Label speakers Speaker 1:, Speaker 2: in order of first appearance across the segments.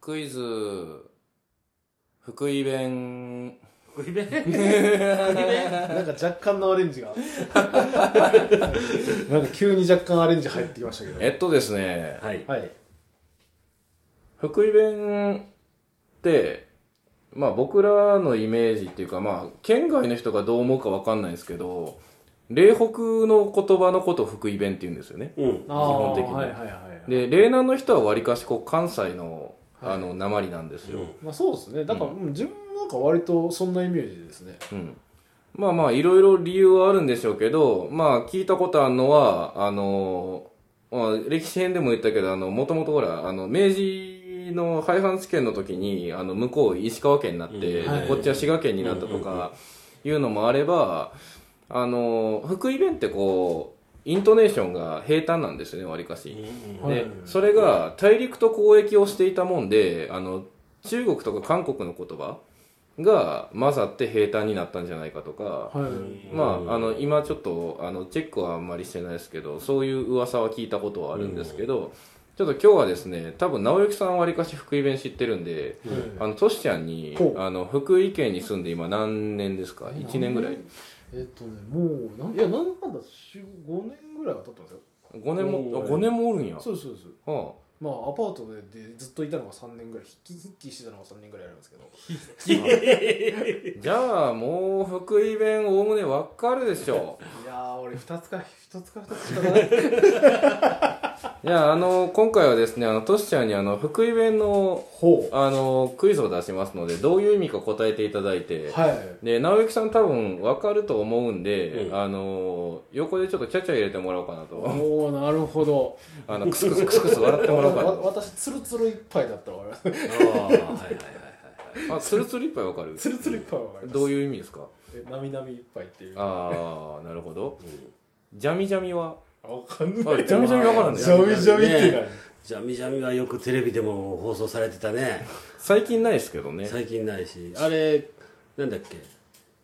Speaker 1: クイズ福井弁
Speaker 2: 福井弁福井弁
Speaker 3: なんか若干のアレンジ がなんか急に若干アレンジ入ってきましたけど
Speaker 1: えっとですね
Speaker 2: はい。
Speaker 3: はい
Speaker 1: 福井弁ってまあ僕らのイメージっていうかまあ県外の人がどう思うかわかんないですけど嶺北の言葉のことを福井弁って言うんですよね
Speaker 2: うん。
Speaker 3: 基
Speaker 1: 本的に
Speaker 3: はいはいはい
Speaker 1: で嶺南の人はわりかしこう関西の
Speaker 3: はい
Speaker 1: あの鉛なんですよ、
Speaker 3: まあそうですねだから、うん自分なんか割とそんなイメージですね
Speaker 1: うん、まあまあいろいろ理由はあるんでしょうけどまあ聞いたことあるのはあの、まあ、歴史編でも言ったけどもともとほらあの明治の廃藩置県の時にあの向こう石川県になって、
Speaker 2: うん
Speaker 3: はい
Speaker 1: でこっちは滋賀県になったとかいうのもあればあの福井弁ってこうイントネーションが平坦なんですよねわりかし。
Speaker 3: はい
Speaker 1: でそれが大陸と交易をしていたもんであの中国とか韓国の言葉が混ざって平坦になったんじゃないかとか、
Speaker 3: はい、
Speaker 1: まあ、あの
Speaker 2: うん
Speaker 1: 今ちょっとあのチェックはあんまりしてないですけどそういう噂は聞いたことはあるんですけど、ちょっと今日はですね多分直之さんわりかし福井弁知ってるんで
Speaker 3: うん
Speaker 1: あのトシちゃんに
Speaker 3: ほう
Speaker 1: あの福井県に住んで今何年ですか1年ぐらい
Speaker 3: えっとねもうなんいやなんだかんだ4 5年ぐらいは経ったんですよ
Speaker 1: 5年も
Speaker 2: おー
Speaker 1: 5年もおるんや、は
Speaker 3: そうですそうです
Speaker 1: あ、
Speaker 3: まあアパートででずっといたのが3年ぐらい引き引きしてたのが3年ぐらいありますけど
Speaker 1: じゃあもう福井弁おおむねわかるでしょう
Speaker 3: いやー俺2つか1つか2つしかない
Speaker 1: いや、あの、今回はですね、あの、トシちゃんにあの、福井弁の、
Speaker 3: ほ
Speaker 1: あの、クイズを出しますので、どういう意味か答えていただいて、
Speaker 3: はい
Speaker 1: で、直之さん多分分かると思うんで、
Speaker 2: うん
Speaker 1: あの、横でちょっとちゃちゃ入れてもらおうかなと。
Speaker 3: おおなるほど
Speaker 1: あの、クスクスクスクス笑ってもらおうかな
Speaker 3: わ
Speaker 1: と。
Speaker 3: 私ツルツル一杯だったわ俺
Speaker 2: ああ、はいはいはいはい。
Speaker 1: あ、つるつる一杯分かる
Speaker 3: ツルツル一杯は
Speaker 1: どう
Speaker 3: いう
Speaker 1: いう意味ですか
Speaker 3: なみなみ一杯っていうあ
Speaker 1: あー、なるほど。ジャミジャミは
Speaker 3: わかん
Speaker 1: あ
Speaker 3: ない
Speaker 1: ジャミジャミわからんね
Speaker 3: ジャミジャミって何
Speaker 2: ジャミジャミはよくテレビでも放送されてたね。
Speaker 1: 最近ないですけどね。
Speaker 2: 最近ないし。あれ、なんだっけ。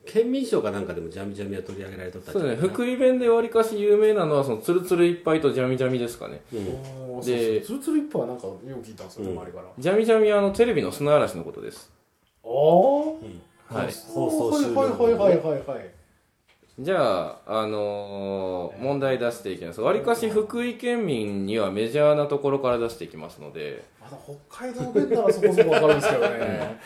Speaker 2: 県民賞かなんかでもジャミジャミは取り上げられとった
Speaker 1: そうですね、
Speaker 2: ね。
Speaker 1: 福井弁でわりかし有名なのは、その、つるつる一杯とジャミジャミですかね。
Speaker 2: うん
Speaker 3: おーそう
Speaker 1: で
Speaker 3: そうツルツル一杯はなんかよく聞いたんですよ
Speaker 2: うん
Speaker 3: 周りからあ
Speaker 1: ジャミジャミはあの、テレビの砂嵐のことです。
Speaker 3: あ
Speaker 1: はい。
Speaker 2: 放送終了
Speaker 3: はいはいはいはいはい
Speaker 1: じゃあ、あのー問題出していきます。わりかし福井県民にはメジャーなところから出していきますので、
Speaker 3: まだ北海道弁ならそこそこわかるんですけどね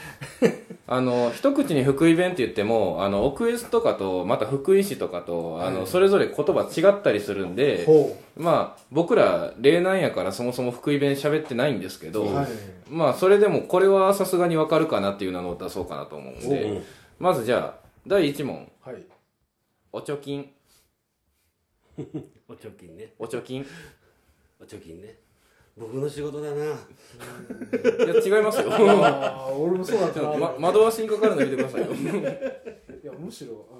Speaker 1: あの、一口に福井弁って言っても、あの、奥越とかと、また福井市とかと、あの、それぞれ言葉違ったりするんで、
Speaker 3: ほ
Speaker 1: まあ、僕ら、例なんやからそもそも福井弁喋ってないんですけど、
Speaker 3: うはい
Speaker 1: まあ、それでもこれはさすがにわかるかなっていうのを出そうかなと思うん
Speaker 2: う
Speaker 1: で、
Speaker 2: ん
Speaker 1: まずじゃあ、第1問、
Speaker 3: はい
Speaker 1: お貯金、
Speaker 2: お貯金ね。
Speaker 1: お貯金。
Speaker 2: お貯金ね。僕の仕事だな。
Speaker 1: いや、違いますよ。
Speaker 3: ああ俺もそうだった
Speaker 1: ちょっ
Speaker 3: な
Speaker 1: とま、惑わしにかかるの見てくださいよ。
Speaker 3: いやむしろあ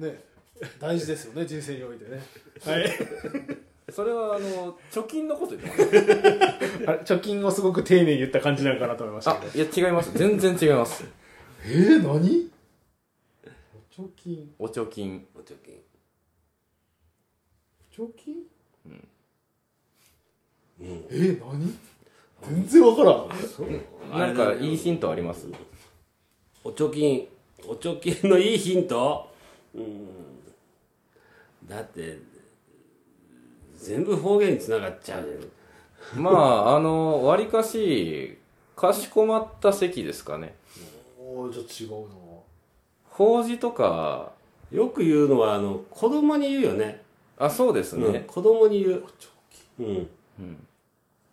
Speaker 3: のね大事ですよね人生においてねはい
Speaker 1: それはあの貯金のこと言ってま
Speaker 3: あれ貯金をすごく丁寧に言った感じなのかなと思いまし
Speaker 1: す
Speaker 3: た
Speaker 1: あ
Speaker 3: けど
Speaker 1: いや違います全然違います
Speaker 3: えー、何お貯金
Speaker 1: お貯金
Speaker 2: お貯金。
Speaker 3: 貯金
Speaker 2: うん。
Speaker 3: えー、何全然わからん
Speaker 2: そう。
Speaker 1: なんかいいヒントあります
Speaker 2: お貯金お貯金のいいヒントうんだって全部方言につながっちゃう
Speaker 1: まああのわりかしかしこまった席ですかね
Speaker 3: おおじゃあ違うな
Speaker 1: 法事とか
Speaker 2: よよく言うのはあの子供に言うよね
Speaker 1: あそうです
Speaker 2: うん、
Speaker 1: ね、
Speaker 2: 子供に言ううん
Speaker 1: うん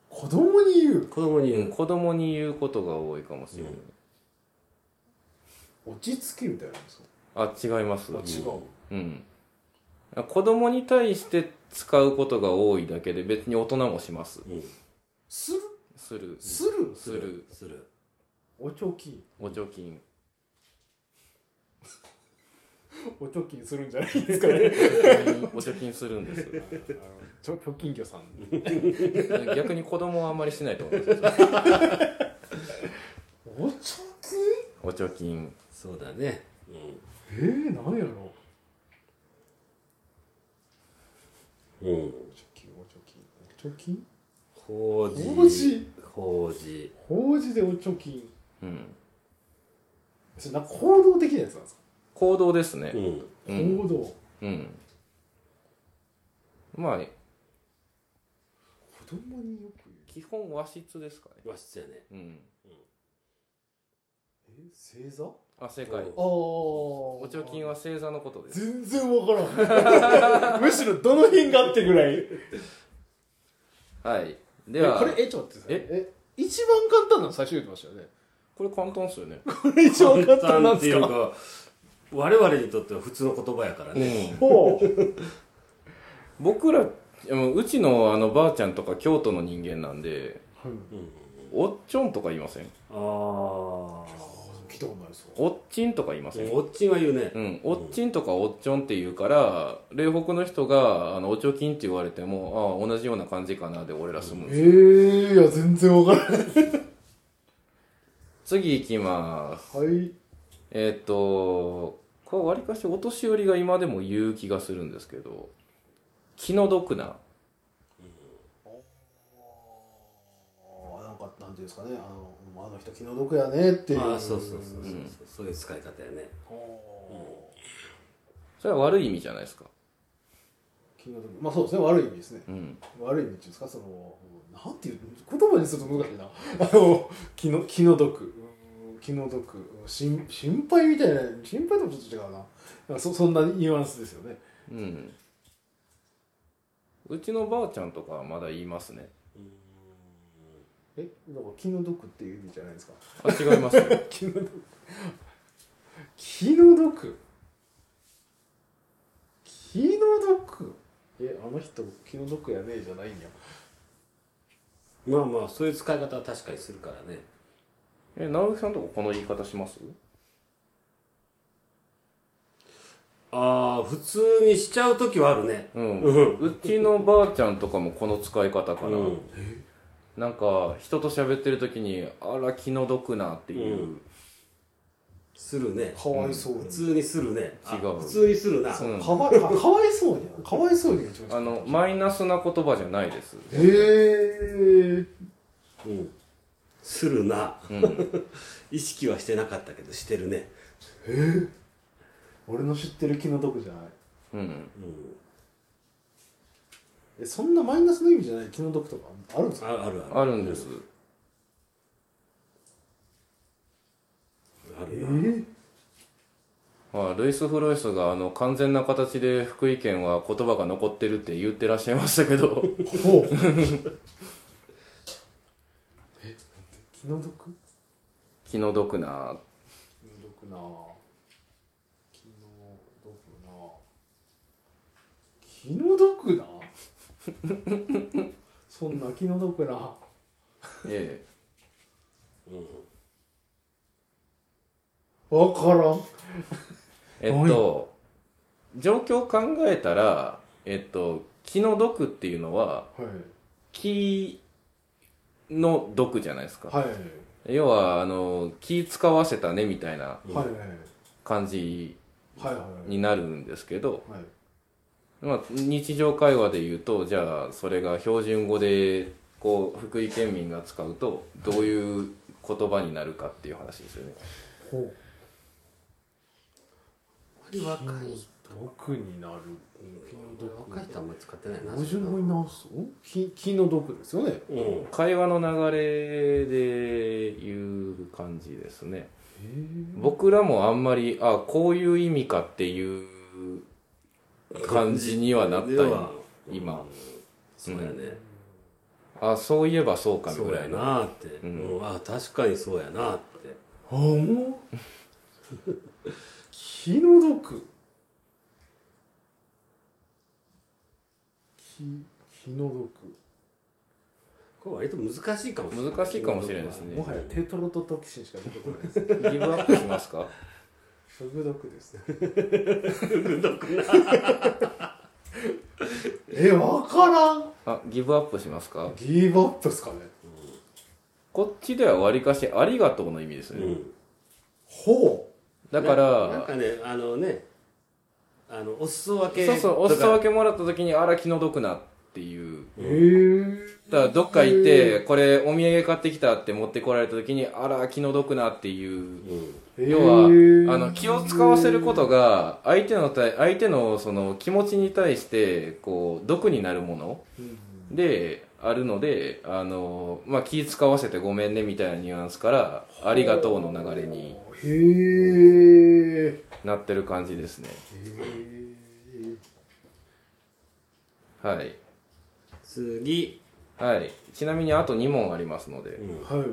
Speaker 3: 子供に言う
Speaker 2: 子供に言う、
Speaker 1: 子供に言うことが多いかもしれない、
Speaker 2: うん
Speaker 3: 落ち着きみたいなんですか
Speaker 1: あ違います
Speaker 3: あ違う
Speaker 1: うん子供に対して使うことが多いだけで別に大人もします
Speaker 2: うん、
Speaker 3: する
Speaker 1: する
Speaker 3: する
Speaker 1: する
Speaker 2: する
Speaker 3: お貯金
Speaker 1: お貯金
Speaker 3: お貯金するんじゃないですかね
Speaker 1: お貯金するんです
Speaker 3: ちょ貯金魚さん
Speaker 1: 逆に子供はあんまりしないと思います
Speaker 3: お貯金
Speaker 1: お貯金
Speaker 2: そうだね、うん
Speaker 3: えー、何やろ
Speaker 2: うん
Speaker 3: お貯金お貯金お貯金
Speaker 2: 法事
Speaker 3: 法事
Speaker 2: 法事
Speaker 3: 法事でお貯金
Speaker 1: うん。
Speaker 3: それなんか行動的なやつなんですか、
Speaker 1: 行動ですね
Speaker 2: う。
Speaker 1: う
Speaker 2: ん
Speaker 1: ん。
Speaker 3: 行動
Speaker 1: うん。まあ、
Speaker 3: 子供によく言
Speaker 1: 基
Speaker 3: う
Speaker 1: 本和室ですかね。
Speaker 2: 和室やね
Speaker 1: うん。
Speaker 3: え星座あ
Speaker 1: あ、正解。
Speaker 2: うん
Speaker 3: あお
Speaker 1: お貯金は星座のことです。
Speaker 3: 全然わからん むしろどの辺がってぐらい
Speaker 1: はい。で
Speaker 3: え
Speaker 1: は、
Speaker 3: こ
Speaker 1: こ
Speaker 3: れ
Speaker 1: れ、
Speaker 3: えちょっと待ってえ一番簡単なの最初言ってましたよね
Speaker 1: 簡単っすよね。
Speaker 3: これ一番簡単なんです
Speaker 2: 簡
Speaker 3: か
Speaker 2: 単っていうか我々にとっては普通の言葉やからね
Speaker 3: ほ う
Speaker 1: 僕ら、うんうちのあのばあちゃんとか京都の人間なんで、
Speaker 2: うん
Speaker 1: おっちょんとか言いません
Speaker 2: ああ
Speaker 3: 聞いたことないです
Speaker 1: おっちんとか言いません
Speaker 2: おっちんは言うね
Speaker 1: うん、おっちんとかおっちょんって言うから、霊北の人が、あの、おちょきんって言われても、ああ、同じような感じかなで俺ら住むん
Speaker 3: え
Speaker 1: ですよ。
Speaker 3: ー、いや全然わから
Speaker 1: 次行きます。
Speaker 3: ないはい
Speaker 1: えーっ、と、これ割かしお年寄りが今でも言う気がするんですけど、気の毒な。
Speaker 3: あーなんかなんていうんですかねあのあの人気の毒やねっていう
Speaker 2: ああそうそうそうそううんそういう使い方やね
Speaker 3: ほう
Speaker 1: それは悪い意味じゃないですか。
Speaker 3: 気の毒まあそうですね悪い意味ですね
Speaker 1: うん。
Speaker 3: 悪い意味っていうんですかそのなんていう言葉にすると難しいなあの気の気の毒うん気の毒うん心心配みたいな心配ともちょっと違うななんかそそんなニュアンスですよね
Speaker 1: うん。うちのばあちゃんとかはまだ言いますね。
Speaker 3: えなんか気の毒っていう意味じゃないですか
Speaker 1: あ、違いますよ。
Speaker 3: 気の毒気の毒気の毒えあの人気の毒やねえじゃないんや
Speaker 2: まあまあそういう使い方は確かにするからね
Speaker 1: え、直樹さんとかこの言い方します
Speaker 2: ああ普通にしちゃう時はあるね
Speaker 1: うん。
Speaker 2: うん
Speaker 1: うちのばあちゃんとかもこの使い方かな。
Speaker 2: うん
Speaker 1: なんか、人と喋ってる時に、あら、気の毒なっていう。
Speaker 2: うするね
Speaker 3: かわいそ
Speaker 2: 普
Speaker 3: うに、
Speaker 2: 通にするねあ
Speaker 1: 違う
Speaker 2: 普通にするな
Speaker 1: うん
Speaker 3: かわかかわいそうにかわいそうにが一番
Speaker 1: あの、マイナスな言葉じゃないです。
Speaker 3: へえ
Speaker 2: うんするな
Speaker 1: うん。
Speaker 2: 意識はしてなかったけどしてるね
Speaker 3: 俺の知ってる気の毒じゃない
Speaker 1: うん。
Speaker 2: うん
Speaker 3: えそんなマイナスの意味じゃない気の毒とかあるんですか
Speaker 2: ああるある
Speaker 1: あるんです。
Speaker 2: あ
Speaker 3: え
Speaker 2: るな
Speaker 3: ー、
Speaker 1: まあ、ルイス・フロイスが、あの、完全な形で福井県は言葉が残ってるって言ってらっしゃいましたけど、
Speaker 3: ほうえなんで気の毒
Speaker 1: 気の毒な。
Speaker 3: 気の毒な気の毒な気の毒 なそんな気の毒な
Speaker 1: ええ。
Speaker 3: わからん
Speaker 1: えっと、状況を考えたら、えっと、気の毒っていうのは、
Speaker 3: は
Speaker 1: 気の毒じゃないですか。
Speaker 3: いはい
Speaker 1: 要は、あの、気使わせたねみたいな
Speaker 3: はいはい
Speaker 1: 感じ
Speaker 3: はいはい
Speaker 1: になるんですけど、
Speaker 3: はい
Speaker 1: まあ、日常会話で言うと、じゃあ、それが標準語で、こう、福井県民が使うと、どういう言葉になるかっていう話ですよね。
Speaker 3: ほう
Speaker 2: り若い
Speaker 3: 毒になる
Speaker 2: 若い人あんまり使ってないな
Speaker 3: 矛盾語に直すと気気の毒ですよね
Speaker 2: うん
Speaker 1: 会話の流れで言う感じですね。僕らもあんまり、あ、こういう意味かっていう感じにはなった
Speaker 2: では
Speaker 1: よ今。
Speaker 2: そうやね
Speaker 1: あ、そういえばそうかみ
Speaker 2: そう
Speaker 1: た
Speaker 2: や
Speaker 1: いな。
Speaker 2: なーって
Speaker 1: ん
Speaker 2: うんあ確かにそうやなーって
Speaker 3: あもう気の毒気気の毒
Speaker 2: これ割と難しいかもしれない
Speaker 1: 難しいかもしれないですね
Speaker 3: もはやテトロトトキシンしか出てこないです
Speaker 1: ギブアップしますか
Speaker 3: 食毒ですね
Speaker 2: 運動くな
Speaker 3: えわからん
Speaker 1: あ、ギブアップしますか
Speaker 3: ギブアップですかね
Speaker 1: こっちではわりかしありがとうの意味です
Speaker 2: う
Speaker 1: ね。
Speaker 2: ん
Speaker 3: ほ
Speaker 1: だか
Speaker 2: なん
Speaker 1: ら、
Speaker 2: かねあのねあのお裾分け
Speaker 1: そうそう、お裾分
Speaker 2: け
Speaker 1: けもらった時にあら気の毒なっっていう。
Speaker 3: へえ
Speaker 1: だからどっか行って、これお土産買ってきたって持ってこられた時に、あら、気の毒なっていう。要は、あの、気を使わせることが、相手のたい、相手のその気持ちに対して、こう、毒になるもので、あるので、あの、まあ、気使わせてごめんねみたいなニュアンスから、ありがとうの流れに
Speaker 3: へえ
Speaker 1: なってる感じですね。はい。
Speaker 2: 次、
Speaker 1: はい。ちなみにあと2問ありますので、
Speaker 2: うん
Speaker 3: はい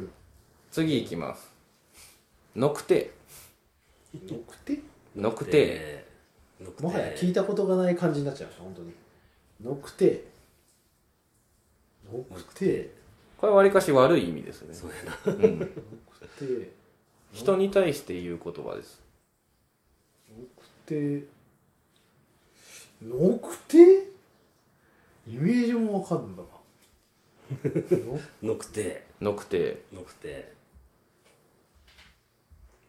Speaker 1: 次行きます。ノクテ。
Speaker 3: 特定
Speaker 1: ノクテ。
Speaker 2: ノクテ
Speaker 3: もはや聞いたことがない感じになっちゃいました本当にノクテノクテ
Speaker 1: これはわりかし悪い意味ですね。
Speaker 2: そうやな
Speaker 1: うん、
Speaker 3: ノクテ
Speaker 1: 人に対して言う言葉です。
Speaker 3: ノクテノクテイメージもわかんだ なノ
Speaker 2: ノクテ
Speaker 1: ノクテ。
Speaker 2: ノクテ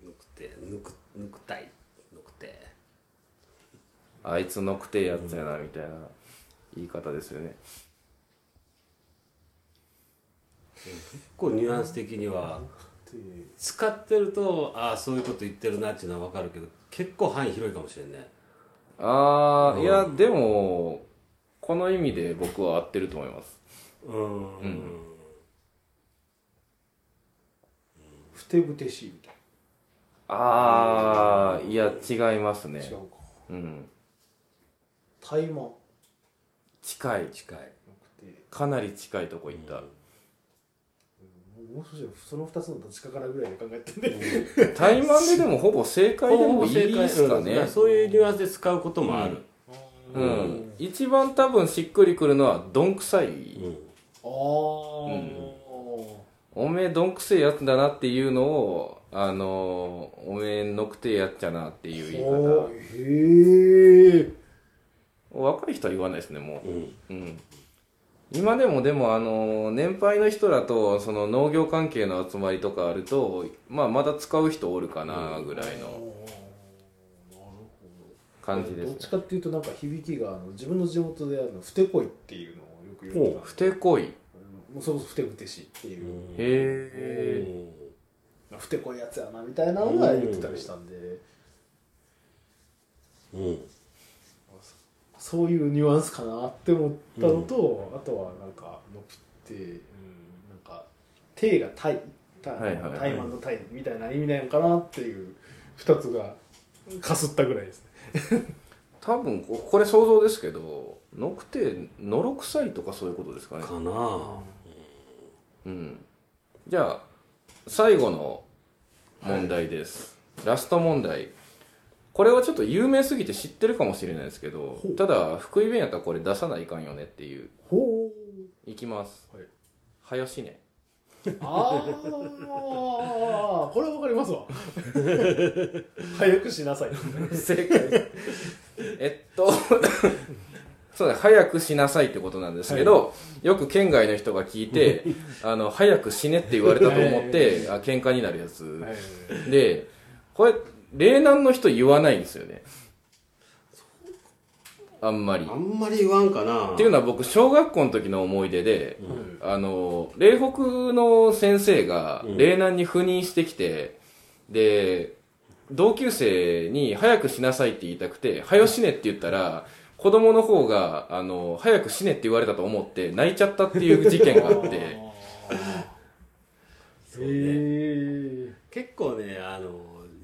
Speaker 2: ノクテヌクヌクタイノクテ
Speaker 1: あいつノクテやつやな、みたいな言い方ですよね。
Speaker 2: 結構ニュアンス的には
Speaker 3: クテ
Speaker 2: 使ってるとああそういうこと言ってるなっていうのは分かるけど結構範囲広いかもしれんね
Speaker 1: あー、いや、でも、この意味で僕は合ってると思います。
Speaker 2: うん
Speaker 3: ふてぶてしいみたい
Speaker 1: あー、いや、違います
Speaker 3: な違
Speaker 1: ね
Speaker 3: う。か
Speaker 1: うん。
Speaker 3: 怠慢ノ
Speaker 1: 近い。
Speaker 2: 近い
Speaker 3: クテ
Speaker 1: かなり近いとこ行った。
Speaker 3: もう少しその2つのどっちかからぐらいで考えてんで
Speaker 1: 対マンででもほぼ正解でもいいですか
Speaker 2: うん
Speaker 1: ね。
Speaker 2: そういうニュアンスで使うこともある、
Speaker 1: う、ん。一番多分しっくりくるのは、どんくさい。
Speaker 3: ああ、
Speaker 1: おめえどんくせえやつだなっていうのを、あのーおめえのくてえやっちゃなっていう言い
Speaker 3: お
Speaker 1: 方。
Speaker 3: ーへえ
Speaker 1: 若い人は言わないですね、も
Speaker 2: うんうん
Speaker 1: う。うん。今でもでも、あのー年配の人だと、その農業関係の集まりとかあると、まあ、まだ使う人おるかな、ぐらいの感じで
Speaker 3: どっ
Speaker 1: す、
Speaker 3: ち
Speaker 1: ね。
Speaker 3: かっていうとなんか響きがあの自分の地元であのふてこいっていうのをよく言う
Speaker 1: ふてこい。へ
Speaker 3: もうそもそもふてぶてしいっていう、
Speaker 1: え。
Speaker 3: ふてこいやつやなみたいなのが言ってたりしたんで、
Speaker 2: うん
Speaker 3: そういうニュアンスかなって思ったのと、あとはなんかノプって、うん、なんか「て」が「たい」「た
Speaker 1: はいはいはい
Speaker 3: イマンの「たい」みたいな意味なのかなっていう二つがかすったぐらいですね
Speaker 1: 多分こ、これ想像ですけど、のくてえ、のろくさいとかそういうことですかね。
Speaker 2: かな
Speaker 1: うん。じゃあ、最後の問題です。ラスト問題。これはちょっと有名すぎて知ってるかもしれないですけど
Speaker 3: ほう、
Speaker 1: ただ、福井弁やったらこれ出さないかんよねっていう。
Speaker 3: ほう
Speaker 1: いきます。
Speaker 3: はい
Speaker 1: はよしね。
Speaker 3: ああこれはわかり ますわ早くしなさい
Speaker 1: 正解。えっと、 そうだ、早くしなさいってことなんですけど、よく県外の人が聞い て、あの、早く死ねって言われたと思って、あ喧嘩になるやつ。で、これ、霊南の人言わないんですよね。あんまり。
Speaker 2: あ
Speaker 1: っ
Speaker 2: んまり言わんかな
Speaker 1: ていうのは僕、小学校の時の思い出で、 あの、霊北の先生が
Speaker 2: うん
Speaker 1: 霊南に赴任してきて、で、同級生に早くしなさいって言いたくて、早死ねって言ったら、子供の方が、あの、早く死ねって言われたと思って泣いちゃったっていう事件があって、
Speaker 2: そう
Speaker 3: へ
Speaker 2: ね
Speaker 3: え
Speaker 2: 結構ねあの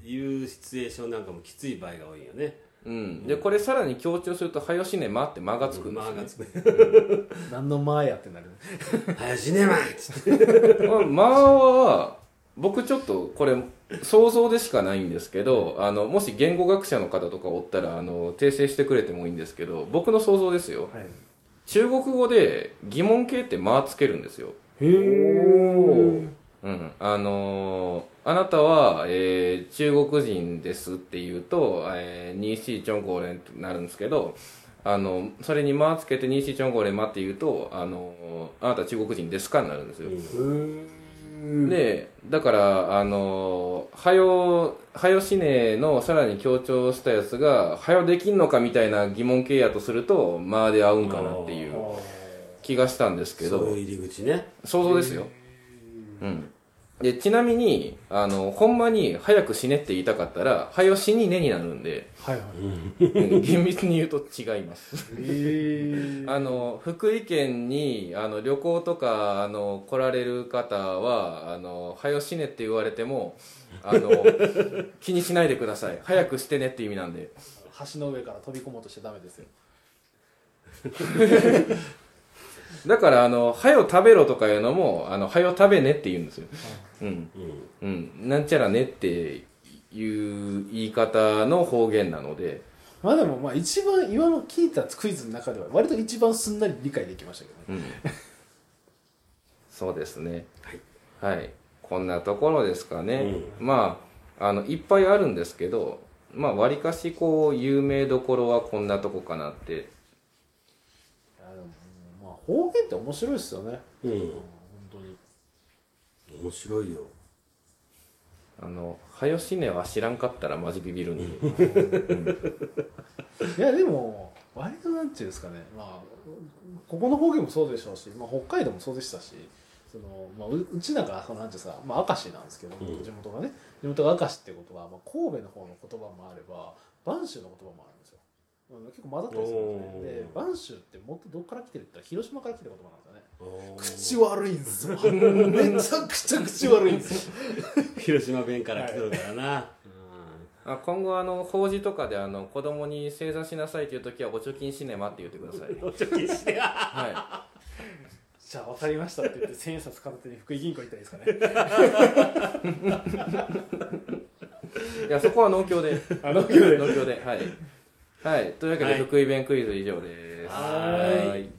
Speaker 2: 言うシチュエーションなんかもきつい場合が多いよね
Speaker 1: うん。で、これさらに強調すると、早死ね、待って間がつくんですよ
Speaker 2: 間
Speaker 1: ね
Speaker 2: がつく
Speaker 3: 何の前やってなる
Speaker 2: 「早死ねまい!」っつって
Speaker 1: まあ、まあは、僕ちょっとこれ、想像でしかないんですけど、あの、もし言語学者の方とかおったら、あの、訂正してくれてもいいんですけど、僕の想像ですよ。
Speaker 3: はい
Speaker 1: 中国語で疑問形って間つけるんですよ。
Speaker 3: へえ
Speaker 1: うん。あのーあなたは、えー中国人ですって言うと、えー、ニーシーチョンゴーレンってなるんですけど、あの、それに間つけてニーシーチョンゴーレン間って言うと、あのーあなた中国人ですかになるんですよ。で、だから、あのー、はよ、はよしねのさらに強調したやつが、はよできんのかみたいな疑問形やとすると、まあで合うんかなっていう。気がしたんですけ
Speaker 2: そう
Speaker 1: ど
Speaker 2: いう入り口ね
Speaker 1: 想像ですよ、うん、でちなみにあのほんまに早く死ねって言いたかったら「早よ死にね」になるんで、
Speaker 3: はいはい
Speaker 1: うん厳密に言うと違います
Speaker 3: え ー、
Speaker 1: あの福井県にあの旅行とかあの来られる方は「あの早よ死ね」って言われてもあの 気にしないでください早くしてねって意味なんで
Speaker 3: 橋の上から飛び込もうとしてダメですよ
Speaker 1: だからあの「早よ食べろ」とかいうのも「あの早よ食べね」って言うんですよ、うん
Speaker 2: うん
Speaker 1: うん、なんちゃらねっていう言い方の方言なので
Speaker 3: まあでもまあ一番今の聞いたクイズの中では割と一番すんなり理解できましたけどね
Speaker 1: うん、そうですね
Speaker 2: はい
Speaker 1: はい、こんなところですかね、まああのいっぱいあるんですけどまあわりかしこう有名どころはこんなとこかなって
Speaker 3: いやでもまあ方言って面白いですよね
Speaker 2: うん
Speaker 3: 本当に
Speaker 2: 面白いよ
Speaker 1: あの「早しね」は知らんかったらマジビビるんで、
Speaker 3: いやでも割となんていうんですかねまあここの方言もそうでしょうし、まあ、北海道もそうでしたしその、まあ、ううちなんかそのなんていうんですか、まあ、明石なんですけど、
Speaker 2: うん
Speaker 3: 地元がね地元が明石ってことは、まあ、神戸の方の言葉もあれば播州の言葉もあるんですようん結構混ざったりするんですよねで
Speaker 2: お
Speaker 3: 播州ってもっとどっから来てるって言ったら広島から来てる言葉なんですよね口
Speaker 2: 口
Speaker 3: 悪いんですよ めちゃくちゃ口悪いんですよ
Speaker 2: 広島弁から来てるからな
Speaker 1: あ今後あの法事とかであの子供に正座しなさいという時は「お貯金しねま」って言ってくだ さい、
Speaker 2: うんお貯金して
Speaker 1: は
Speaker 3: じゃあ分かりましたって言って千円札片手に福井銀行行ったらいいですかね
Speaker 1: い、いやそこは農協で
Speaker 3: あ の勢いで
Speaker 1: 農協ではい、はい、というわけで、
Speaker 2: はい
Speaker 1: 福井弁クイズ以上です
Speaker 2: はーい
Speaker 1: ーい